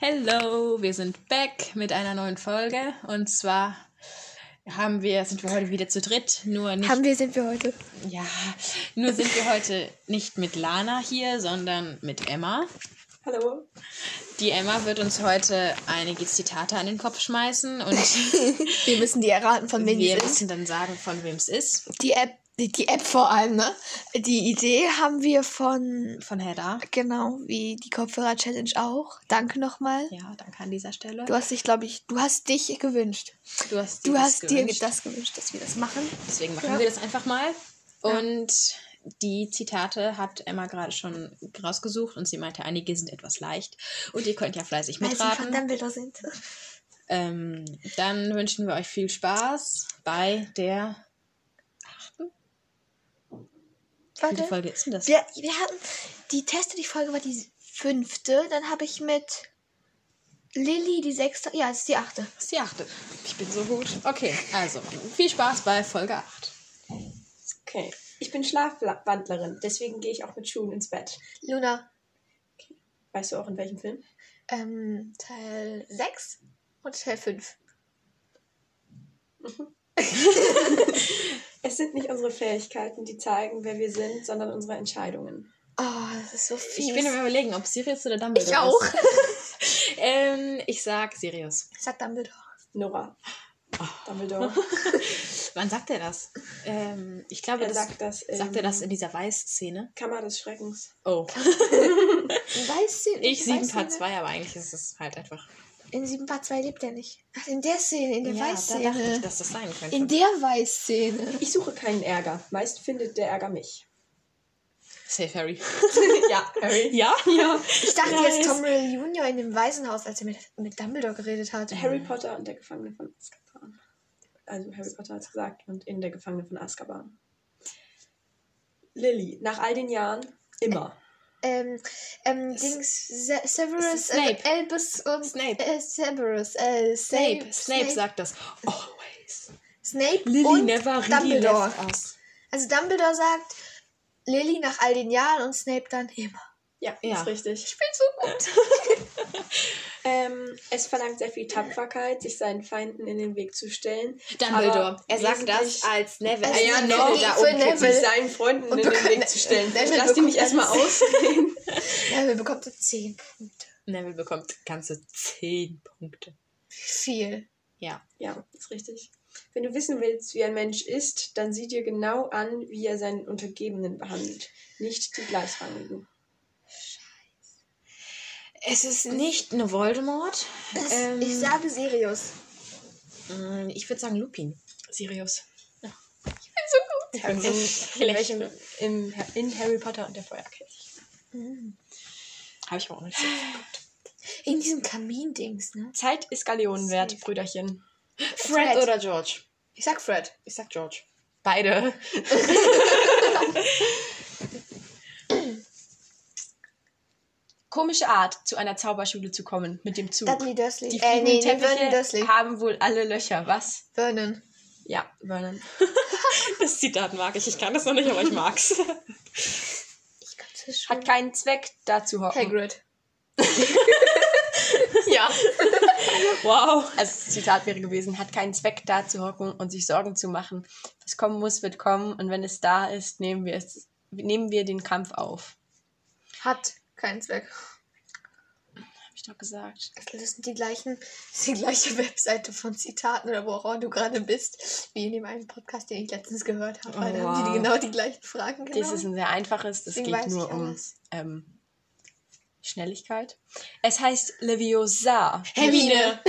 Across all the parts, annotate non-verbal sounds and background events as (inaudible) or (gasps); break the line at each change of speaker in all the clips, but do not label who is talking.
Hello, wir sind back mit einer neuen Folge und zwar haben wir sind wir heute wieder zu dritt, nur nicht
Haben wir, sind wir heute.
ja, nur sind wir heute nicht mit Lana hier, sondern mit Emma.
Hallo.
Die Emma wird uns heute einige Zitate an den Kopf schmeißen
(laughs)
und
Wir müssen die erraten, von wem
wir
es ist.
müssen dann sagen, von wem es ist.
Die App, die, die App vor allem, ne? Die Idee haben wir von,
Von Hedda.
genau, wie die Kopfhörer-Challenge auch. Danke nochmal.
Ja, danke an dieser Stelle.
Du hast dich, glaube ich, du hast dich gewünscht.
Du hast,
Du hast
das
dir
gewünscht.
das gewünscht, dass wir das machen.
Deswegen machen
Ja.
wir das einfach mal.
Ja.
Und die Zitate hat Emma gerade schon rausgesucht und sie meinte, einige sind etwas leicht. Und ihr könnt ja fleißig
Weil sie
mitraten.
Bilder sind.
Ähm, dann wünschen wir euch viel Spaß bei der achten. Wie viele
Warte.
Folge ist denn das?
Wir, wir hatten, die Teste, die Folge war die fünfte. Dann habe ich mit Lilly die sechste. Ja, es ist die achte.
Das ist die achte. Ich bin so gut. Okay, also viel Spaß bei Folge 8.
Okay. Ich bin Schlafwandlerin, deswegen gehe ich auch mit Schuhen ins Bett.
Luna,
Weißt du auch in welchem Film?
Ähm, Teil 6 und Teil 5.
Es sind nicht unsere Fähigkeiten, die zeigen, wer wir sind, sondern unsere Entscheidungen.
Oh, das ist so viel.
Ich bin am überlegen, ob Sirius oder Dumbledore
Ich auch.
Ist. Ähm, ich sag Sirius.
Sag Dumbledore.
Nora.
Ah. (laughs)
Dumbledore.
Wann sagt er das? Ähm, ich glaube,
Er
das
sagt das in
Sagt er das in dieser Weiß-Szene?
Kammer des Schreckens.
Oh.
Weiß sie
Ich sieben Part
zwei
2, aber eigentlich ist es halt einfach.
In 7 Part 2 lebt er nicht. Ach, in der Szene, in der
da dachte ich,
Weißszene.
dass das sein könnte.
In der Weißszene.
Ich suche keinen Ärger. Meist findet der Ärger mich.
Safe (laughs) Harry.
ja, Harry.
Ja?
Ja.
Ich dachte
Weiß.
jetzt Tom Riddle Junior in dem Waisenhaus, als er mit, mit Dumbledore geredet hat.
Mhm.
Harry Potter und der Gefangene von Azkaban. Also Harry Potter hat es gesagt und in der Gefangene von Azkaban. Lilly. Nach all den Jahren immer.
Ähm, ähm, Dings, Se Severus,
es Snape?
äh, Albus und
Snape.
Äh, Severus, äh,
Snape. Snape,
Snape,
sagt das. Always.
Snape
Lily
und
never really
Dumbledore.
left us.
Also Dumbledore sagt Lily nach all den Jahren und Snape dann immer.
Ja,
Ja.
ist richtig.
Ich bin so gut.
Ähm, es verlangt sehr viel Tapferkeit, sich seinen Feinden in den Weg zu stellen.
Dumbledore.
Aber
Er sagt das
wesentlich-
als Neville.
Als
Ah ja,
Neville.
Neville
Die
da
für
oben.
Neville.
Sich seinen Freunden in den
bekommt-
Weg zu stellen.
Neville
Lass die
bekommt
mich erstmal ausreden.
Neville bekommt so 10 Punkte.
Neville bekommt ganze 10 Punkte.
Viel.
Ja.
(laughs) Ja, ist richtig. Wenn du wissen willst, wie ein Mensch ist, dann sieh dir genau an, wie er seinen Untergebenen behandelt. Nicht die Gleichrangigen.
Es ist nicht eine Voldemort.
Das,
Ähm.
ich sage Sirius.
Mm, Ich würde sagen Lupin.
Sirius.
Ich
bin so In, welchem,
Habe
im, in Harry Potter und der Feuerkelch.
ich aber auch nicht so.
In diesem Kamindings, ne?
Zeit ist Gallionen wert,
Safe.
Brüderchen.
Fred,
Fred.
oder George?
Ich sag Fred.
Ich sag George. Beide. (laughs)
Komische Art, zu einer Zauberschule zu kommen, mit dem Zug.
Dudley Dursley.
Die
äh,
fliegenden
nee, nee,
Teppiche
Vernon Dursley.
haben wohl alle Löcher, was?
Vernon.
Ja, Vernon.
Das Zitat mag ich. Ich kann das noch nicht, aber ich mag's. (laughs)
Ich kannte schon.
Hat keinen Zweck, da zu hocken.
Hagrid.
(laughs) Ja.
Wow.
Also das Zitat wäre gewesen, hat keinen Zweck, da zu hocken und sich Sorgen zu machen. Was kommen muss, wird kommen und wenn es da ist, nehmen wir es, nehmen wir den Kampf auf.
Hat keinen Zweck. Also
Hab ich doch gesagt.
Das sind die gleichen, (laughs) das ist die gleiche Webseite von Zitaten oder wo auch immer du gerade bist, wie in dem einen Podcast, den ich letztens gehört habe.
Oh,
Weil da haben die
wow.
genau die gleichen Fragen
Dies ist
genommen.
ein sehr einfaches, das
Deswegen
geht
weiß
nur
ich
um
alles.
ähm, Schnelligkeit. Es heißt Leviosa.
Hermine.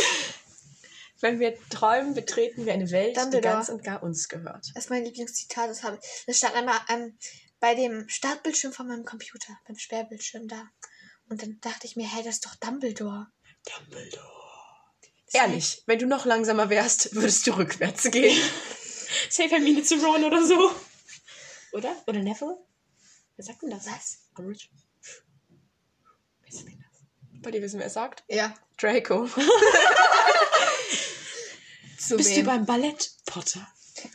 (laughs) Wenn wir träumen, betreten wir eine Welt, die
Dumbledore.
ganz und gar uns gehört.
Das ist mein Lieblingszitat. Das, habe, das stand einmal ähm, bei dem Startbildschirm von meinem Computer, beim Sperrbildschirm da. Und dann dachte ich mir, hey, das ist doch Dumbledore.
Dumbledore.
Ehrlich, wenn du noch langsamer wärst, würdest du rückwärts (laughs) gehen.
Save Hermine zu Ron oder so. Oder? Oder Neville? Wer sagt denn das?
Was?
Umbridge. Wer sagt denn das?
Wollt ihr wissen, wer es sagt?
Ja.
Draco.
Zu
Bist
wem?
du beim Ballett, Potter?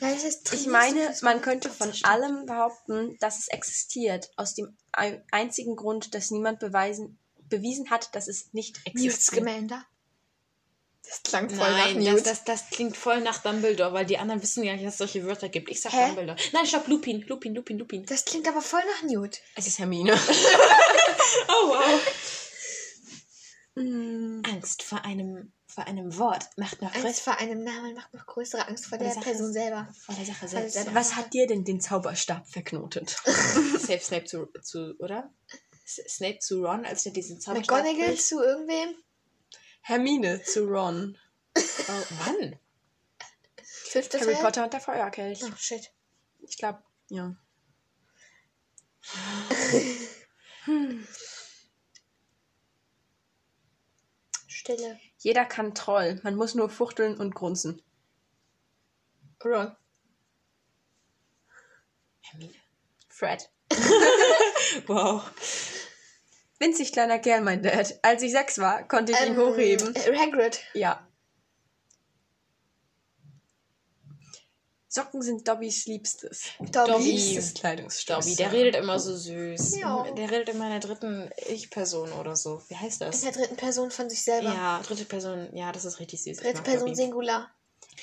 Nein, das heißt
Ich meine,
Trinus-
man könnte von
Stimmt.
allem behaupten, dass es existiert. Aus dem ei- einzigen Grund, dass niemand beweisen bewiesen hat, dass es nicht
Newts
existiert.
Gemälde. Das klang voll
Nein,
nach
das,
Newt.
das, das klingt voll nach Dumbledore, weil die anderen wissen gar nicht, dass es solche Wörter gibt. Ich sag
Hä?
Dumbledore. Nein, stopp, Lupin, Lupin, Lupin, Lupin.
das klingt aber voll nach Newt.
Es ist Hermine.
Oh, wow.
Mm,
Angst vor einem, vor einem Wort macht noch
Angst
Angst
vor einem Namen macht noch größere Angst
Vor
vor
der
der
Sache
Person
ist-
selber.
vor der Sache
Vor der
selbst.
Sache.
Was hat dir denn den Zauberstab verknotet?
Snape, Snape zu, zu oder? S- Snape zu Ron, als er diesen Zauberstab...
McGonagall zu irgendwem?
Hermine zu Ron.
Oh, Mann.
Fünfter
Harry
Teil?
Potter und der Feuerkelch.
Oh, shit.
Ich glaube, ja.
Stille.
Jeder kann Troll. Man muss nur fuchteln und grunzen.
Ron. Hermine.
Fred.
Wow.
Winzig kleiner Kerl, mein Dad. Als ich sechs war, konnte ich ihn hochheben.
äh, Hagrid.
Ja. Socken sind Dobbys Liebstes.
Dobby.
Dobby.
Liebstes Kleidungsstück.
Dobby, der redet immer so süß.
Ja.
Der redet immer in der dritten Ich-Person oder so. Wie heißt
In
das?
der dritten Person von sich selber.
Ja, dritte Person. Ja, das ist richtig süß. Ich
Dritte
mag
Person
Dobby.
Singular.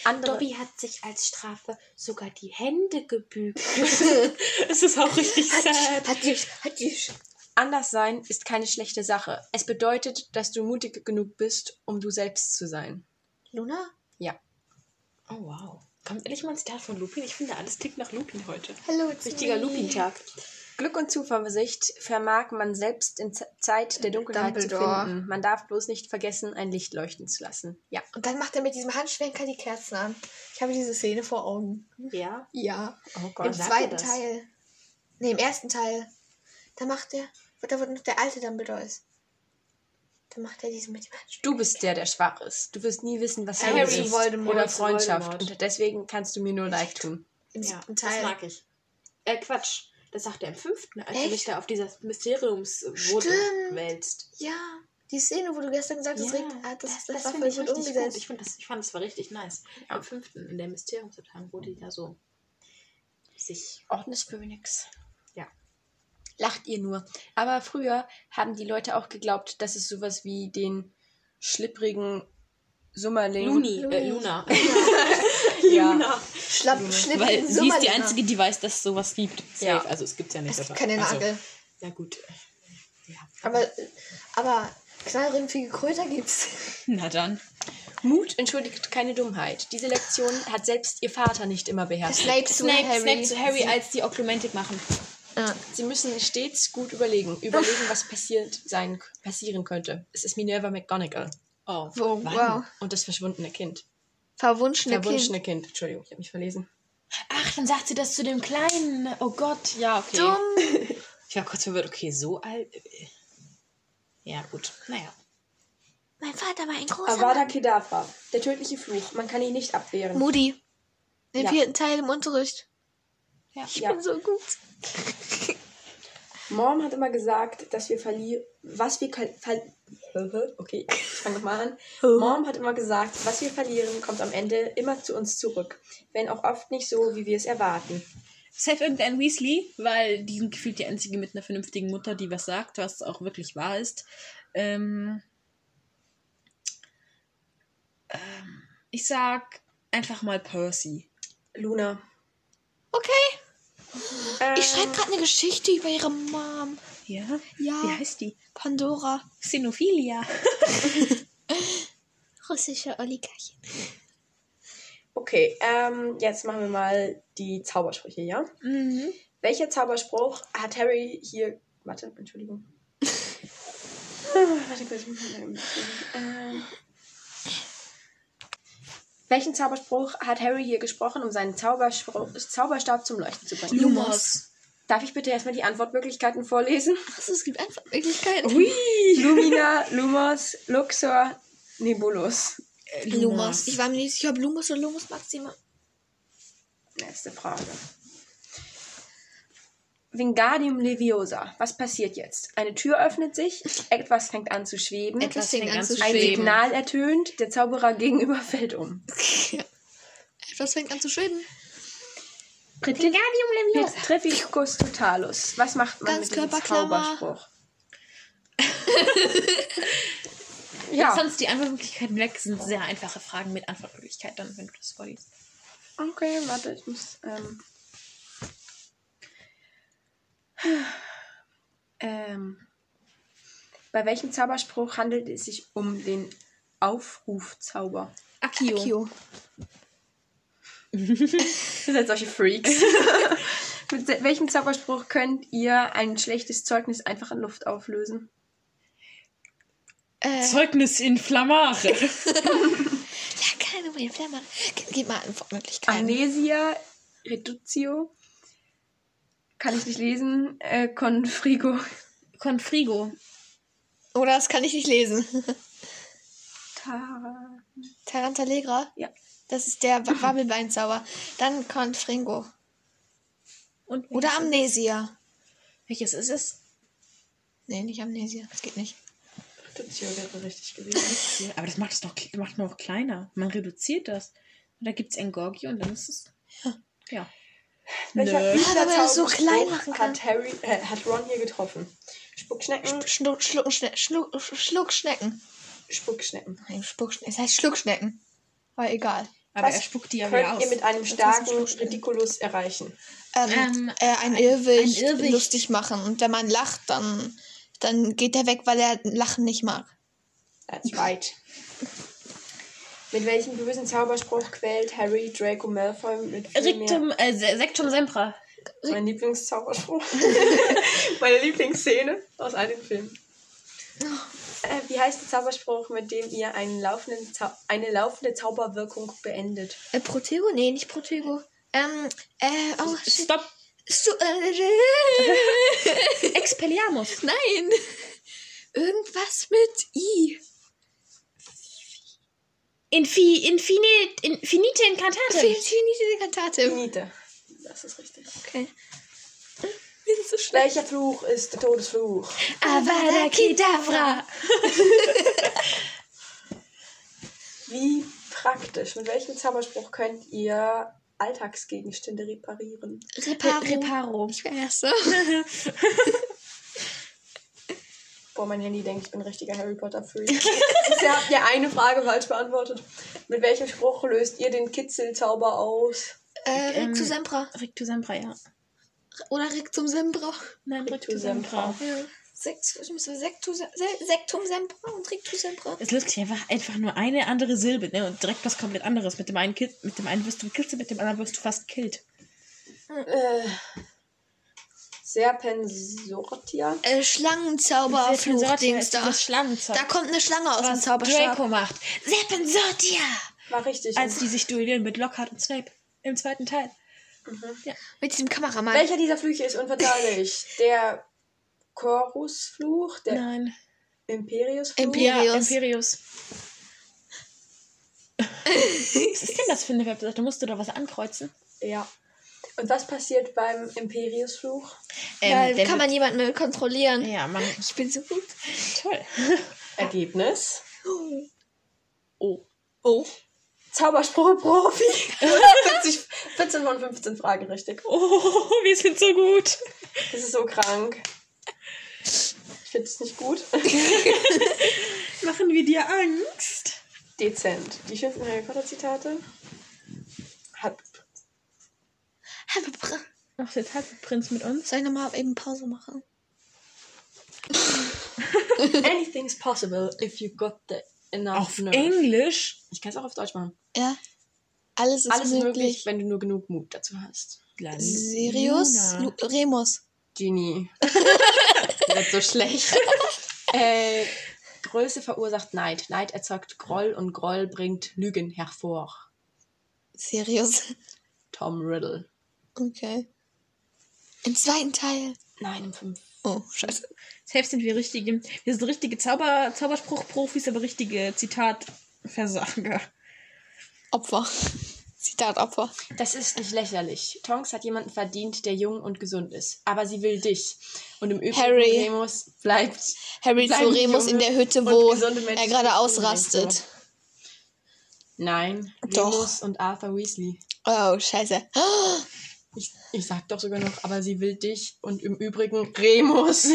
Andere,
Dobby hat sich als Strafe sogar die Hände (laughs) gebügelt. Es ist auch richtig sad.
Hat dich, hat dich.
Anders sein ist keine schlechte Sache. Es bedeutet, dass du mutig genug bist, um du selbst zu sein.
Luna?
Oh, wow. Kommt endlich mal ein Zitat von Lupin. Ich finde, alles tickt nach Lupin heute.
Hallo. Zwie.
Richtiger Lupin-Tag.
Glück und Zuversicht vermag man selbst in Ze- Zeit der Dunkelheit zu
Dumbledore.
finden. Man darf bloß nicht vergessen, ein Licht leuchten zu lassen. Ja.
Und dann macht er mit diesem Handschwenker die Kerzen an. Ich habe diese Szene vor Augen.
Ja.
Ja.
Oh
Gott.
Im
sagt
zweiten
er das?
Teil. Nee, im ersten Teil. Da macht er, da wird noch der alte Dumbledore ist. Da macht er diesen mit dem Handschwenker.
Du bist der, der schwach ist. Du wirst nie wissen, was
Harry
Harry ist
Voldemort.
oder Freundschaft.
Voldemort.
Und deswegen kannst du mir nur leid tun.
Im
ja
siebten
Das
Teil.
mag ich. Äh, Quatsch. Das sagt er im fünften, als du
Echt?
dich da auf dieser Mysteriumswurzel
Stimmt.
wälzt.
Ja, die Szene, wo du gestern gesagt hast,
Ja,
regt, ah, das, das, war
finde
voll
ich
gut
richtig
umgesetzt.
Ich, find das, ich fand, das war richtig nice.
Ja.
Am fünften, in der Mysteriumsabteilung, wo die da so sich...
Orden des Phönix.
Ja.
Lacht ihr nur. Aber früher haben die Leute auch geglaubt, dass es sowas wie den schlipprigen Summerling.
Luni, äh,
Luni. (laughs)
Luna. (laughs)
Ja.
Luna.
Schlapp, schlippigen
Weil sie ist die
Sommerlina.
einzige, die weiß, dass es sowas gibt. Safe.
Ja.
Also es gibt ja nicht.
Es gibt
aber-
keine
also,
Nagel.
Ja gut. Ja.
Aber, aber knallrimpfige Kröter gibt's.
Na dann.
Mut entschuldigt keine Dummheit. Diese Lektion hat selbst ihr Vater nicht immer beherrscht.
Snape zu
Snape,
Harry.
Snape zu Harry, als die Oklumentik machen.
Ja.
Sie müssen stets gut überlegen. Überlegen, was passiert sein, passieren könnte. Es ist Minerva McGonagall
Oh,
Wow,
wann?
wow.
und das verschwundene Kind.
Verwunschene Kind.
Verwunschene kind. Entschuldigung, ich habe mich verlesen.
Ach, dann sagt sie das zu dem Kleinen. Oh Gott, ja, okay.
Dumm.
Ich war kurz verwirrt. Okay, so alt. äh, Ja, gut. Naja.
Mein Vater war ein großer
Avada
Mann.
Kedavra. Der tödliche Fluch. Man kann ihn nicht abwehren.
Moody. Den
Ja.
vierten Teil im Unterricht.
Ja.
Ich
Ja.
bin so gut.
Mom hat immer gesagt, dass wir verlieren, was wir kal- ver- (laughs) Okay, ich fange nochmal an. Mom hat immer gesagt, was wir verlieren, kommt am Ende immer zu uns zurück. Wenn auch oft nicht so, wie wir es erwarten.
Safe irgendein Weasley, weil die sind gefühlt die einzige mit einer vernünftigen Mutter, die was sagt, was auch wirklich wahr ist. Ähm, ähm, ich sag einfach mal Percy.
Luna.
Okay.
Ähm,
Ich schreibe gerade eine Geschichte über ihre Mom.
Ja?
Ja.
Wie heißt die?
Pandora.
Xenophilia.
Russische Oligarchin.
Okay, ähm, jetzt machen wir mal die Zaubersprüche, ja?
Mhm.
Welcher Zauberspruch hat Harry hier. Warte, Entschuldigung. (laughs) Warte kurz. Ähm, Welchen Zauberspruch hat Harry hier gesprochen, um seinen Zauberspruch, Zauberstab zum Leuchten zu bringen?
Lumos.
Darf ich bitte erstmal die Antwortmöglichkeiten (laughs) vorlesen?
Achso, es gibt Antwortmöglichkeiten.
Lumina, Lumos, Luxor, Nebulus.
Äh,
Lumos. Ich war mir nicht sicher, ob Lumos oder Lumos Maxima.
Nächste Frage. Wingardium Leviosa. Was passiert jetzt? Eine Tür öffnet sich, etwas fängt an zu schweben,
Etwas fängt an zu
ein
schweben.
Signal ertönt, der Zauberer gegenüber fällt um.
Etwas fängt an zu schweben.
Wingardium Leviosa. Petrificus Totalus. Was macht man mit dem
(laughs) Ganzkörperklammer.
Zauberspruch?
Ja.
Ja.
Sonst die Antwortmöglichkeiten weg sind sehr einfache Fragen mit Antwortmöglichkeit dann, wenn du das vorliest.
Okay, warte, ich muss. Ähm, ähm, bei welchem Zauberspruch handelt es sich um den Aufrufzauber?
Akio.
Kio.
Ihr seid halt solche Freaks. (laughs) Mit se- welchem Zauberspruch könnt ihr ein schlechtes Zeugnis einfach in Luft auflösen?
Äh,
Zeugnis in Flammare.
ja, keine Ahnung, Flammer. Gib, gib mal Antwortmöglichkeiten.
Amnesia, Reductio, kann ich nicht lesen, äh, Confrigo.
Confrigo.
Oder das kann ich nicht lesen. (laughs)
Tara.
Tarantalegra?
Ja.
Das ist (laughs) der Wa- Wabbelbeinzauber. Dann kommt Fringo.
Und
Oder
welches-
Amnesia.
Welches ist es?
Nee, nicht Amnesia. Das geht nicht.
Reductio wäre richtig gewesen.
Aber das macht es noch, macht noch kleiner. Man reduziert das. Und da gibt es Engorgio und dann ist es. Ja.
Welcher
Nö.
übler
Ja, wenn man das so
Zauberspruch
klein machen kann.
Hat, Harry, äh, hat Ron hier getroffen.
Äh.
Spuckschnecken,
Schnu schlucken Schne schnu Schluckschnecken.
Spuckschnecken.
Nein, Spuckschnecken. Es heißt Schluckschnecken. Aber egal.
Aber
Was
er spuckt die ja wieder
Könnt
aus.
ihr mit einem
Das heißt
starken Ridiculus erreichen?
Ähm,
Ähm,
äh,
ein-
ein, Irrwicht
ein Irrwicht.
lustig machen. Und wenn man lacht, dann, dann geht er weg, weil er Lachen nicht mag.
That's right. Mit welchem bösen Zauberspruch quält Harry Draco Malfoy mit viel mehr?
Rictum, äh, Se- Sectum Sempra.
Mein Lieblingszauberspruch. (laughs) Meine Lieblingsszene aus einem Film. Äh, wie heißt der Zauberspruch, mit dem ihr einen laufenden Zau eine laufende Zauberwirkung beendet?
Äh, Protego? Nee, nicht Protego. Ähm, äh, oh, shit.
Stop.
Stu äh,
Expelliarmus.
Nein! (laughs) Irgendwas mit I.
Infi, infinite, infinite incantatem.
Fehlt hier nicht diese Kantate.
Niete. Das ist richtig.
Okay. Wir sind so schnell.
Welcher Fluch ist der Todesfluch?
Avada Kedavra.
Wie praktisch. Mit welchem Zauberspruch könnt ihr Alltagsgegenstände reparieren?
Reparo.
Reparo.
Äh, Ich war erste.
Boah, mein Handy denkt, ich bin ein richtiger
(laughs)
Harry Potter-Freak. Bisher habt ihr eine Frage falsch beantwortet. Mit welchem Spruch löst ihr den Kitzelzauber aus?
Äh,
Ähm.
Rick zu Sempra.
Rictum Sempra, ja.
Oder Rick zum Sempra.
Nein,
Rictum
Rictum
Sempra.
Sempra.
Ja. Sekt, ich muss Sektum, Sektum Sempra und Rick zu Sempra.
Es löst sich einfach, einfach nur eine andere Silbe, ne? Und direkt was komplett anderes. Mit dem einen, kill, mit dem einen wirst du kitzelt, mit dem anderen wirst du fast killt.
Äh, Serpensortia?
Äh, Schlangenzauber, Fluchdings da.
Das Schlangenzauber.
Da kommt eine Schlange aus
was
dem Zauberstab.
Draco macht. Serpensortia!
War richtig.
Als Also die sich duellieren mit Lockhart und Snape im zweiten Teil.
Mit diesem Kameramann.
Welcher dieser Flüche
(laughs)
ist unverzeihlich? der Chorusfluch? Der
Nein.
Imperiusfluch?
Imper- Imperius.
Ja, Imperius. was ist denn das für eine Webseite? Musst du da was ankreuzen?
ja. Und was passiert beim Imperiusfluch?
Weil
der
kann
wird-
man jemanden mit kontrollieren.
Ähm, ja, Mann.
Ich bin so gut.
Toll.
Ergebnis?
Oh.
Oh.
(laughs) Zauberspruch-Profi. 40, 14 von 15 Fragen richtig.
Oh, (laughs) wir sind so gut.
Das ist so krank. Ich finde es nicht gut.
Machen wir dir Angst?
Dezent. Die schönsten Harry Potter-Zitate hat.
Machst du jetzt Halbprinz mit uns?
Soll ich nochmal eben Pause machen?
Anything's possible if you got the enough
Auf
nerve.
Englisch?
Ich kann es auch auf Deutsch machen.
Ja. Alles ist
Alles ist möglich,
möglich.
wenn du nur genug Mut dazu hast.
Sirius,
Luna.
Lu Remus.
Genie. Der wird so schlecht. (laughs) äh, Größe verursacht Neid. Neid erzeugt Groll und Groll bringt Lügen hervor.
Sirius.
Tom Riddle.
Okay. Im zweiten Teil.
Nein, im fünf.
Oh, scheiße.
Selbst sind wir richtige, wir sind richtige Zauber, Zauberspruch-Profis, aber richtige Zitatversager.
Opfer. (laughs) Zitat Opfer.
Das ist nicht lächerlich. Tonks hat jemanden verdient, der jung und gesund ist. Aber sie will dich. Und im Übrigen,
Harry.
Remus bleibt.
Harry zu
Bleiben die
Remus in
junge
der Hütte,
und
wo
gesunde Menschen
er gerade
sind
ausrastet.
Nein,
Doch.
Remus und Arthur Weasley.
Oh, scheiße.
Ich, ich sag doch sogar noch, aber sie will dich und im Übrigen
(laughs)
Remus.
(gasps)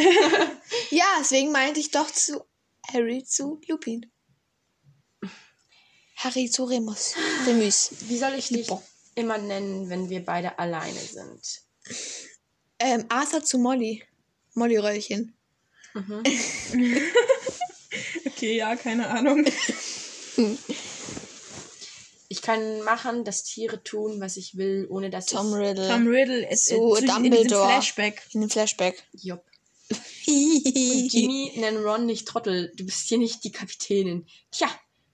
Ja, deswegen meinte ich doch zu Harry zu Lupin. Harry zu Remus. Remus.
Wie soll ich dich
Bon.
immer nennen, wenn wir beide alleine sind?
Ähm, Arthur zu Molly. Molly Röllchen.
Mhm.
(laughs) Okay, ja, keine Ahnung.
Ich kann machen, dass Tiere tun, was ich will, ohne dass
Tom
ich...
Riddle.
Tom Riddle ist
Zu
in diesem
Dumbledore.
Flashback.
In dem
(laughs)
Flashback.
Jupp. Und Ginny, nenn Ron nicht Trottel. Du bist hier nicht die Kapitänin. Tja,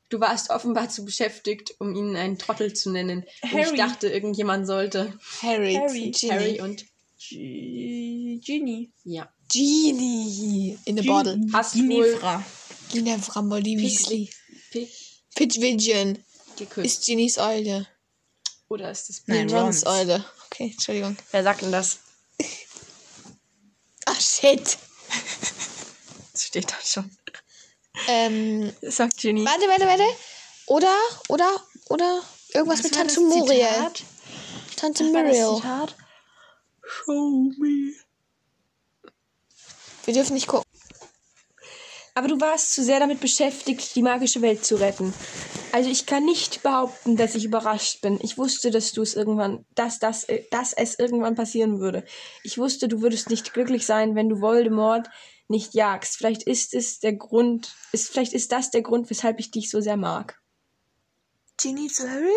du warst offenbar zu beschäftigt, um ihn einen Trottel zu nennen. Und
Harry.
ich dachte, irgendjemand sollte.
Harry.
Harry.
Ginny.
Harry und...
G- Genie.
Ja.
Genie. In a
Gin-
bottle.
Hast
Ginevra.
Ginevra Molly Weasley.
Pick
Pitch Vision.
geküsst.
Ist Genies Eule.
Oder ist es...
Nein,
Rons
Rons.
Eule. Okay, Entschuldigung.
Wer sagt denn das?
Ah, shit.
Das steht da schon.
Ähm,
Sagt Ginny.
warte, warte, warte. Oder, oder, oder irgendwas mit
war
Tante
das
Muriel.
Zitat?
Tante
Was war das
Muriel.
Zitat? Show me.
Wir dürfen nicht gucken.
Aber du warst zu sehr damit beschäftigt, die magische Welt zu retten. Also ich kann nicht behaupten, dass ich überrascht bin. Ich wusste, dass du es irgendwann, dass, dass, äh, dass es irgendwann passieren würde. Ich wusste, du würdest nicht glücklich sein, wenn du Voldemort nicht jagst. Vielleicht ist es der Grund, ist, vielleicht ist das der Grund, weshalb ich dich so sehr mag.
Genie zu Harry?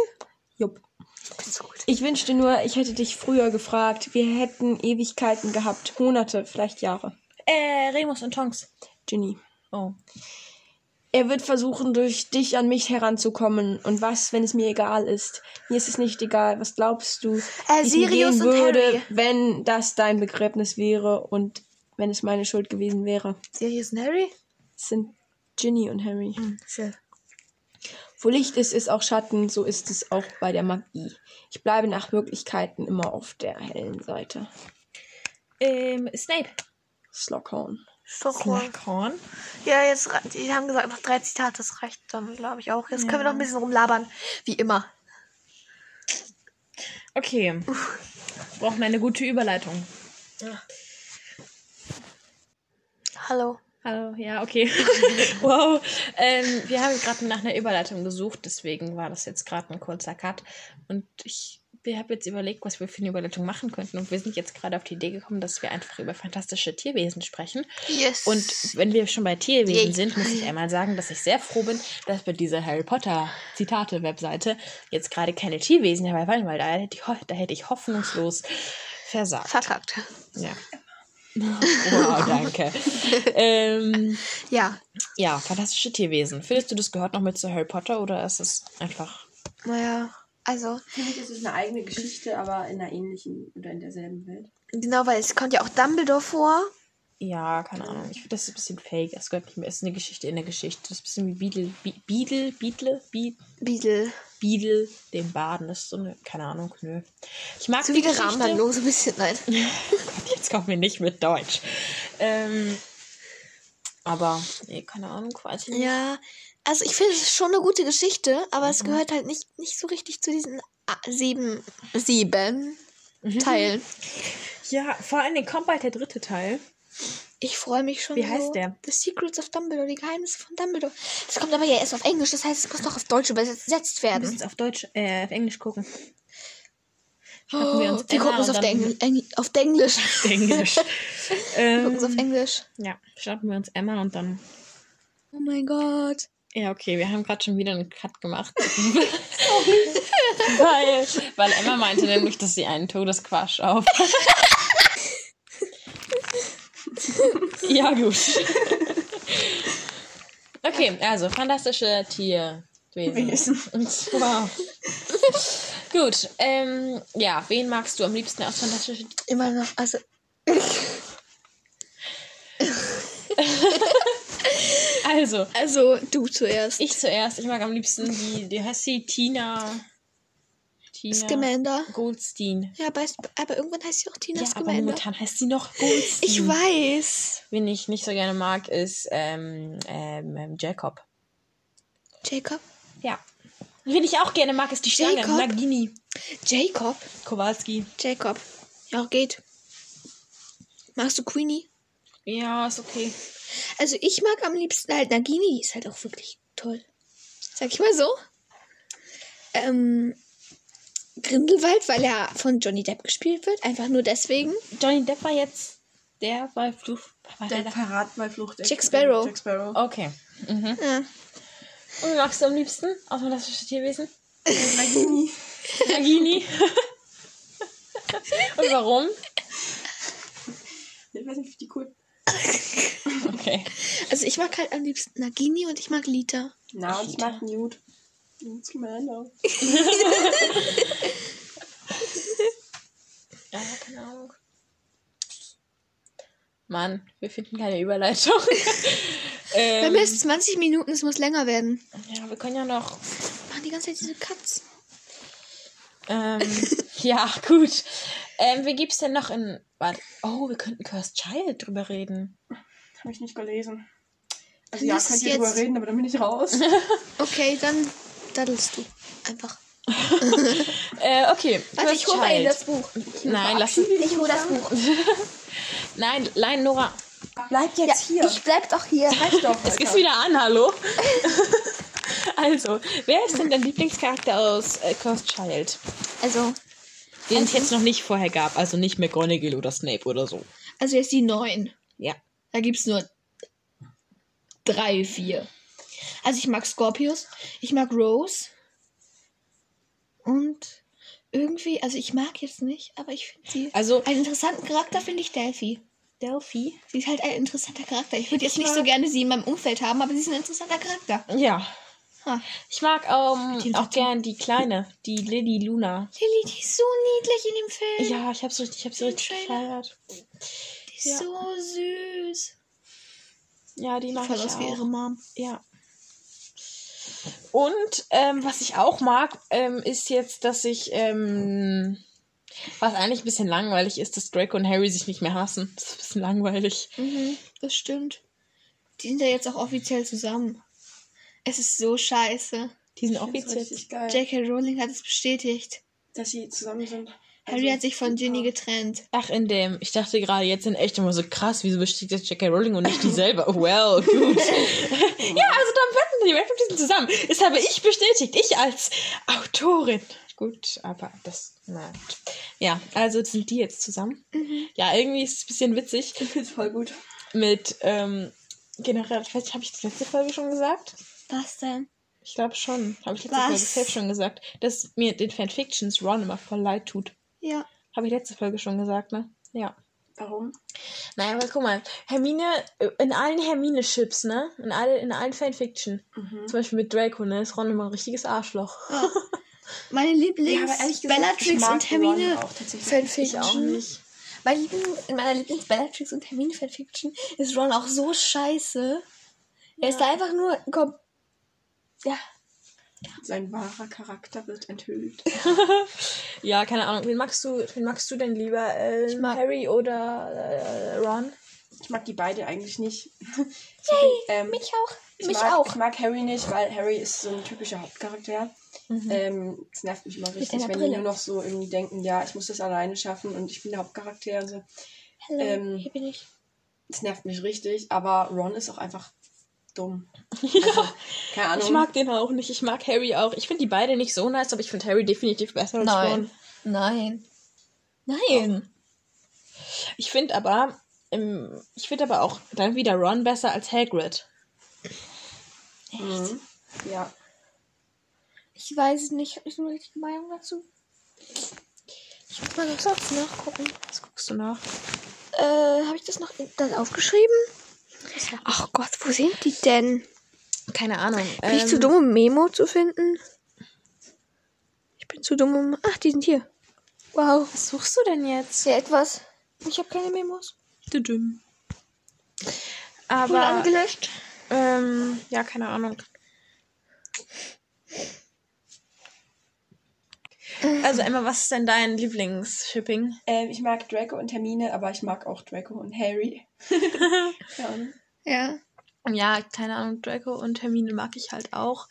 Jupp.
Ich bin so gut.
Ich wünschte nur, ich hätte dich früher gefragt. Wir hätten Ewigkeiten gehabt. Monate, vielleicht Jahre.
Äh, Remus und Tonks.
Ginny.
Oh.
Er wird versuchen, durch dich an mich heranzukommen. Und was, wenn es mir egal ist? Mir ist es nicht egal. Was glaubst
Äh,
du, wie es mir
Sirius
gehen
und
würde,
Harry.
wenn das dein Begräbnis wäre und wenn es meine Schuld gewesen wäre?
Sirius und Harry?
Es sind Ginny und Harry.
Hm, schön.
Wo Licht ist, ist auch Schatten. So ist es auch bei der Magie. Ich bleibe nach Möglichkeiten immer auf der hellen Seite.
Ähm, Snape.
Slughorn.
Stockholm.
Slughorn.
Ja, jetzt, rei- die haben gesagt, noch drei Zitate, das reicht dann, glaube ich, auch. Jetzt können wir noch ein bisschen rumlabern, wie immer.
Okay. Wir brauchen eine gute Überleitung.
Hallo.
Hallo, ja, okay. (laughs) wow. Ähm, wir haben gerade nach einer Überleitung gesucht, deswegen war das jetzt gerade ein kurzer Cut. Und ich habe jetzt überlegt, was wir für eine Überleitung machen könnten. Und wir sind jetzt gerade auf die Idee gekommen, dass wir einfach über fantastische Tierwesen sprechen.
Yes.
Und wenn wir schon bei Tierwesen
Yay.
sind, muss ich einmal sagen, dass ich sehr froh bin, dass bei dieser Harry Potter Zitate-Webseite jetzt gerade keine Tierwesen dabei waren, weil da hätte ich, ho- da hätte ich hoffnungslos versagt.
verkackt.
Ja. (laughs) Wow,
(laughs)
danke. ähm,
Ja.
ja, fantastische Tierwesen. Findest du, das gehört noch mit zu Harry Potter oder ist es einfach.
Naja, also,
Für mich ist es eine eigene Geschichte, aber in einer ähnlichen oder in derselben Welt.
genau, weil es kommt ja auch Dumbledore vor.
Ja, keine Ahnung. Ich finde, das ist ein bisschen fake. Es gehört nicht mehr. Es ist eine Geschichte in der Geschichte. Das ist ein bisschen wie Beedle, Be- Beedle, Beedle, Be-
Beedle.
Beedle, den Baden. Das ist so eine, keine Ahnung, nö. Ich mag
So
die
wie der
Geschichte.
Rahmenhandlung, so ein bisschen, nein.
Gott, jetzt kommen wir nicht mit Deutsch. Ähm, aber, nee, keine Ahnung, weiß ich nicht.
Ja, also ich finde es ist schon eine gute Geschichte, aber es gehört halt nicht, nicht so richtig zu diesen ah, sieben, sieben Mhm. Teilen.
Ja, vor allen Dingen kommt bald der dritte Teil.
Ich freue mich schon.
Wie heißt der?
The Secrets of Dumbledore, die Geheimnisse von Dumbledore. Das kommt aber ja erst auf Englisch, das heißt, es muss noch auf Deutsch übersetzt
Wir müssen
werden.
es auf Deutsch, äh, auf Englisch gucken.
Oh,
wir uns
wir
Emma
gucken es
und
auf, der
dann-
Engl Engl auf der Englisch. Wir
Englisch. (laughs) ähm,
gucken
(laughs)
es auf Englisch.
ja, starten wir uns Emma und dann.
Oh mein Gott.
Ja, okay, wir haben gerade schon wieder einen Cut gemacht. weil, weil Emma meinte nämlich, dass sie einen Todesquatsch auf. ja, gut. Okay, also fantastische Tierwesen. Wow. gut, ähm, ja, wen magst du am liebsten aus fantastischen
Immer noch, also.
Also,
Also, du zuerst.
Ich zuerst. Ich mag am liebsten die, die heißt sie Tina. Tina
Scamander.
Goldstein.
Ja, aber, es- aber Mhm. irgendwann heißt sie auch Tina
Ja, aber
Scamander.
momentan heißt sie noch Goldstein.
Ich weiß.
Wen ich nicht so gerne mag, ist ähm, ähm, ähm, Jacob.
Jacob?
Ja. Wen ich auch gerne mag, ist die Stange.
Jacob.
Nagini.
Jacob.
Kowalski.
Jacob. Ja, geht. Magst du Queenie?
Ja, ist okay.
Also ich mag am liebsten halt Nagini, die ist halt auch wirklich toll. Sag ich mal so. Ähm, Grindelwald, weil er von Johnny Depp gespielt wird, einfach nur deswegen.
Johnny Depp war jetzt der bei Fluch. War der da?
Verrat mal Flucht.
Jack Sparrow.
Jack Sparrow.
Okay. Mhm.
Ja.
Und magst du am liebsten? Außer das Tierwesen?
Nagini.
Nagini. (laughs) Und warum?
Ich weiß nicht, wie die cool.
Okay.
Also ich mag halt am liebsten Nagini und ich mag Lita.
Na, und ich mag Newt. Newt Scamander.
Ja, keine Ahnung. Mann, wir finden keine Überleitung.
(laughs) Bei mir ist
ähm,
es 20 Minuten, es muss länger werden.
ja, wir können ja noch.
Machen die ganze Zeit diese Katzen.
Ähm, (laughs) ja, gut. Ähm, wie gibt's denn noch in. Warte. Oh, wir könnten Cursed Child drüber reden.
Habe ich nicht gelesen. Also
Dann
ja,
lies
könnt
es
ihr drüber
jetzt.
reden, aber dann bin ich (laughs) raus.
Okay, dann daddelst du. Einfach.
Äh, okay.
Warte, ich hole mal eben das Buch.
Nein, lass uns.
Ich hole das Buch.
Nein, nein, Nora.
Bleib
Ja,
jetzt hier.
ich bleib doch hier.
Bleib doch,
Es ist
Alter.
wieder an, hallo. (laughs) also, wer ist denn dein Lieblingscharakter aus äh, Cursed Child?
Also,
Den es jetzt noch nicht vorher gab, also nicht McGonagall oder Snape oder so.
also jetzt die neun.
Ja.
Da gibt's nur drei, vier. Also ich mag Scorpius, ich mag Rose und irgendwie, also ich mag jetzt nicht, aber ich finde sie.
Also,
Einen interessanten Charakter finde ich Delphi.
Delphi?
Sie ist halt ein interessanter Charakter. Ich würde jetzt nicht
mag-
so gerne sie in meinem Umfeld haben, aber sie ist ein interessanter Charakter.
Ja.
Ha.
Ich mag ähm,
Den
auch gern die Kleine, die Lily Luna.
Lilly, die ist so niedlich in dem Film.
Ja, ich hab's richtig, ich hab sie
Den
richtig
Trailer.
gefeiert.
die ist
ja.
so süß.
Ja, die mag
Voll
ich
aus wie
auch.
ihre Mom.
Ja. Und ähm, was ich auch mag, ähm, ist jetzt, dass ich, ähm, was eigentlich ein bisschen langweilig ist, dass Draco und Harry sich nicht mehr hassen. Das ist ein bisschen langweilig.
Mhm, das stimmt. Die sind ja jetzt auch offiziell zusammen. Es ist so scheiße.
Die sind
Ich find's
offiziell.
richtig geil,
J.K. Rowling hat es bestätigt.
dass sie zusammen sind.
Harry
Also,
hat sich von Ginny
ja.
getrennt.
Ach, in dem. Ich dachte gerade jetzt in echt immer so krass, wieso bestieg das J.K. Rowling und nicht die selber? Well, gut. also ja, also dann wetten die Wetten, die sind zusammen. Das habe ich bestätigt. Ich als Autorin. Gut, aber das. Na. gut. Ja, also sind die jetzt zusammen. Ja, irgendwie ist es ein bisschen witzig.
Ich find's voll gut.
mit ähm, generell, ich weiß nicht, habe ich das letzte Folge schon gesagt?
Was denn?
Ich glaube schon. Habe ich letzte
Was?
Folge selbst schon gesagt, dass mir den Fanfictions Ron immer voll leid tut.
Ja.
Habe ich letzte Folge schon gesagt, ne? Ja.
Warum?
Naja, aber guck mal, Hermine, äh, in allen Hermine-Chips, ne? In, alle, in allen Fanfiction. Zum Beispiel mit Draco, ne? Ist Ron immer ein richtiges Arschloch.
Meine
Ja,
Lieblings
aber ehrlich gesagt, ich
Bellatrix
mag
und Hermine
Ron auch tatsächlich.
Ich auch
Fanfiction.
nicht.
Mein Liebling, in meiner Lieblings Bellatrix und Hermine Fanfiction ist Ron auch so scheiße. Er ist da einfach nur kom ja,
Sein wahrer Charakter wird enthüllt.
Ja, keine Ahnung. Wen magst du, wen magst du denn lieber? Äh,
mag-
Harry oder äh, Ron?
Ich mag die beide eigentlich nicht. (laughs) ähm,
mich auch,
ich
mich
mag,
auch.
Ich mag Harry nicht, weil Harry ist so ein typischer Hauptcharakter. Ähm, das nervt mich immer richtig,
einer
wenn die
Mhm. Brille.
nur noch so irgendwie denken, ja, ich muss das alleine schaffen und ich bin der Hauptcharakter. Also,
Hallo,
ähm,
hier bin ich.
das nervt mich richtig, aber Ron ist auch einfach dumm.
(laughs)
Also, keine Ahnung.
Ich mag den auch nicht. Ich mag Harry auch. Ich finde die beide nicht so nice, aber ich finde Harry definitiv besser als Ron.
Nein. Nein. Nein.
Ich finde aber, ähm, ich finde aber auch dann wieder Ron besser als Hagrid.
Mhm. Ja.
Ich weiß nicht, ich habe nicht so eine richtige Meinung dazu. Ich muss mal ganz kurz nachgucken.
Was guckst du nach?
Äh, habe ich das noch in- dann aufgeschrieben? Ach Gott, wo sind die denn?
Keine Ahnung. Ähm,
Bin ich zu dumm, um Memo zu finden? Ich bin zu dumm, um. Ach, die sind hier. Wow.
Was suchst du denn jetzt?
Sehr etwas. Ich habe keine Memos.
Du dumm.
Wurde
Aber,
angelöscht.
ähm, ja, keine Ahnung. Also Emma, was ist denn dein Lieblingsshipping?
Ähm, ich mag Draco und Hermine, aber ich mag auch Draco und
(laughs)
Harry. ja,
Ja.
Ja, keine Ahnung, Draco und Hermine mag ich halt auch.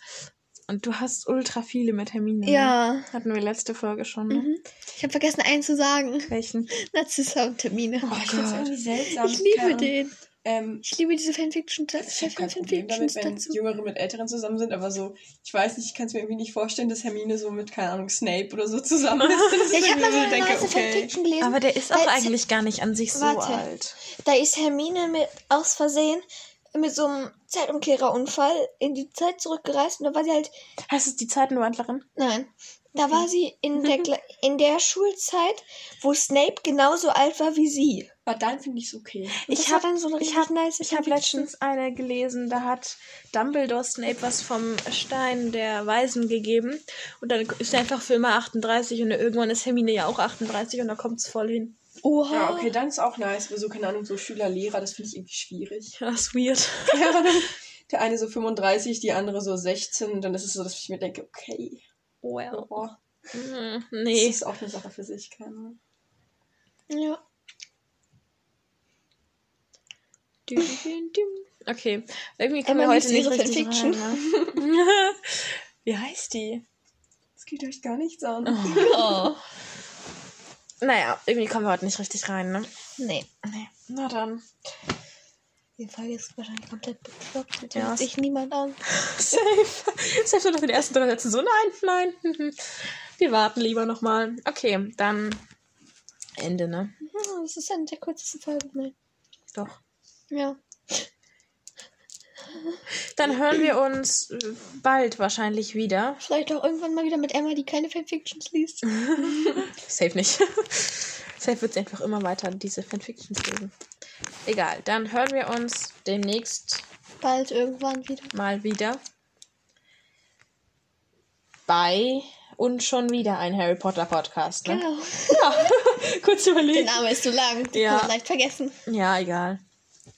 Und du hast ultra viele mit Hermine. ne?
Ja.
Hatten wir letzte Folge schon, ne?
Mhm. Ich habe vergessen, einen zu sagen. (laughs)
Welchen?
Narzissa und Termine.
Oh, ich finde es
Gott.
irgendwie seltsam.
ich
Keine
liebe
Ahnung.
den.
Ähm,
Ich liebe diese Fanfictions,
ich habe kein Problem damit,
Fanfictions
wenn
dazu.
Jüngere mit Älteren zusammen sind, aber so, ich weiß nicht, ich kann es mir irgendwie nicht vorstellen, dass Hermine so mit, keine Ahnung, Snape oder so
(laughs)
zusammen ist.
Ja, ich habe mal
mir
so eine nice Fanfiction gelesen.
Aber der ist auch
Weil-
eigentlich gar nicht an sich so
Warte.
alt.
Da ist Hermine mit, aus Versehen mit so einem Zeitumkehrerunfall in die Zeit zurückgereist und da war sie halt,
Heißt es die Zeitenwandlerin?
nein, da war sie in
Mhm.
der, gle- in der Schulzeit, wo Snape genauso alt war wie sie.
Aber dann finde ich es okay.
Und
Ich
das war
hab-
dann so eine
ich
richtig
hab-
nice
Ich habe
Fanfiction.
letztens eine gelesen, da hat Dumbledore Snape was vom Stein der Weisen gegeben. Und dann ist er einfach für immer 38 und irgendwann ist Hermine ja auch 38 und da kommt es voll hin. (laughs)
Oha.
Ja, okay, dann ist auch nice, aber so, keine Ahnung, so Schüler, Lehrer, das finde ich irgendwie schwierig.
(laughs)
Ja, ist weird.
Keine Ahnung. Der eine so 35, die andere so 16, dann ist es so, dass ich mir denke, okay,
Oh.
Well.
boah,
Mhm,
das
nee.
ist auch eine Sache für sich, keine Ahnung.
Ja.
Düm, düm, düm. Okay, irgendwie kommen wir
Emma
heute
liest
nicht
ihre
richtig
Fanfiction.
rein. Ne? (laughs) Wie heißt die?
Das geht euch gar nichts an.
Oh.
Oh. Naja, irgendwie kommen wir heute nicht richtig rein, ne?
(laughs) Nee.
Nee. Na dann.
Die Folge ist wahrscheinlich komplett bekloppt. Mit
Ja,
ja, hört
es-
sich niemand an.
Safe. Safe nur noch in den ersten drei Sätzen. So, nein, nein. (laughs) Wir warten lieber nochmal. Okay, dann Ende, ne?
Ja, Hm, das ist eine der kürzesten Folgen. Ne?
Doch.
Ja.
Dann hören wir uns äh, bald wahrscheinlich wieder.
Vielleicht auch irgendwann mal wieder mit Emma, die keine
(laughs)
Fanfictions liest.
Safe nicht. (laughs) Safe wird es einfach immer weiter diese Fanfictions lesen. Egal, dann hören wir uns demnächst
Bald irgendwann wieder.
mal wieder bei und schon wieder ein Harry Potter Podcast. Ne?
Genau.
Kurz
Der
überlegen.
Name Genau, ist zu lang. Den
Ja.
kann man leicht vergessen.
Ja, egal.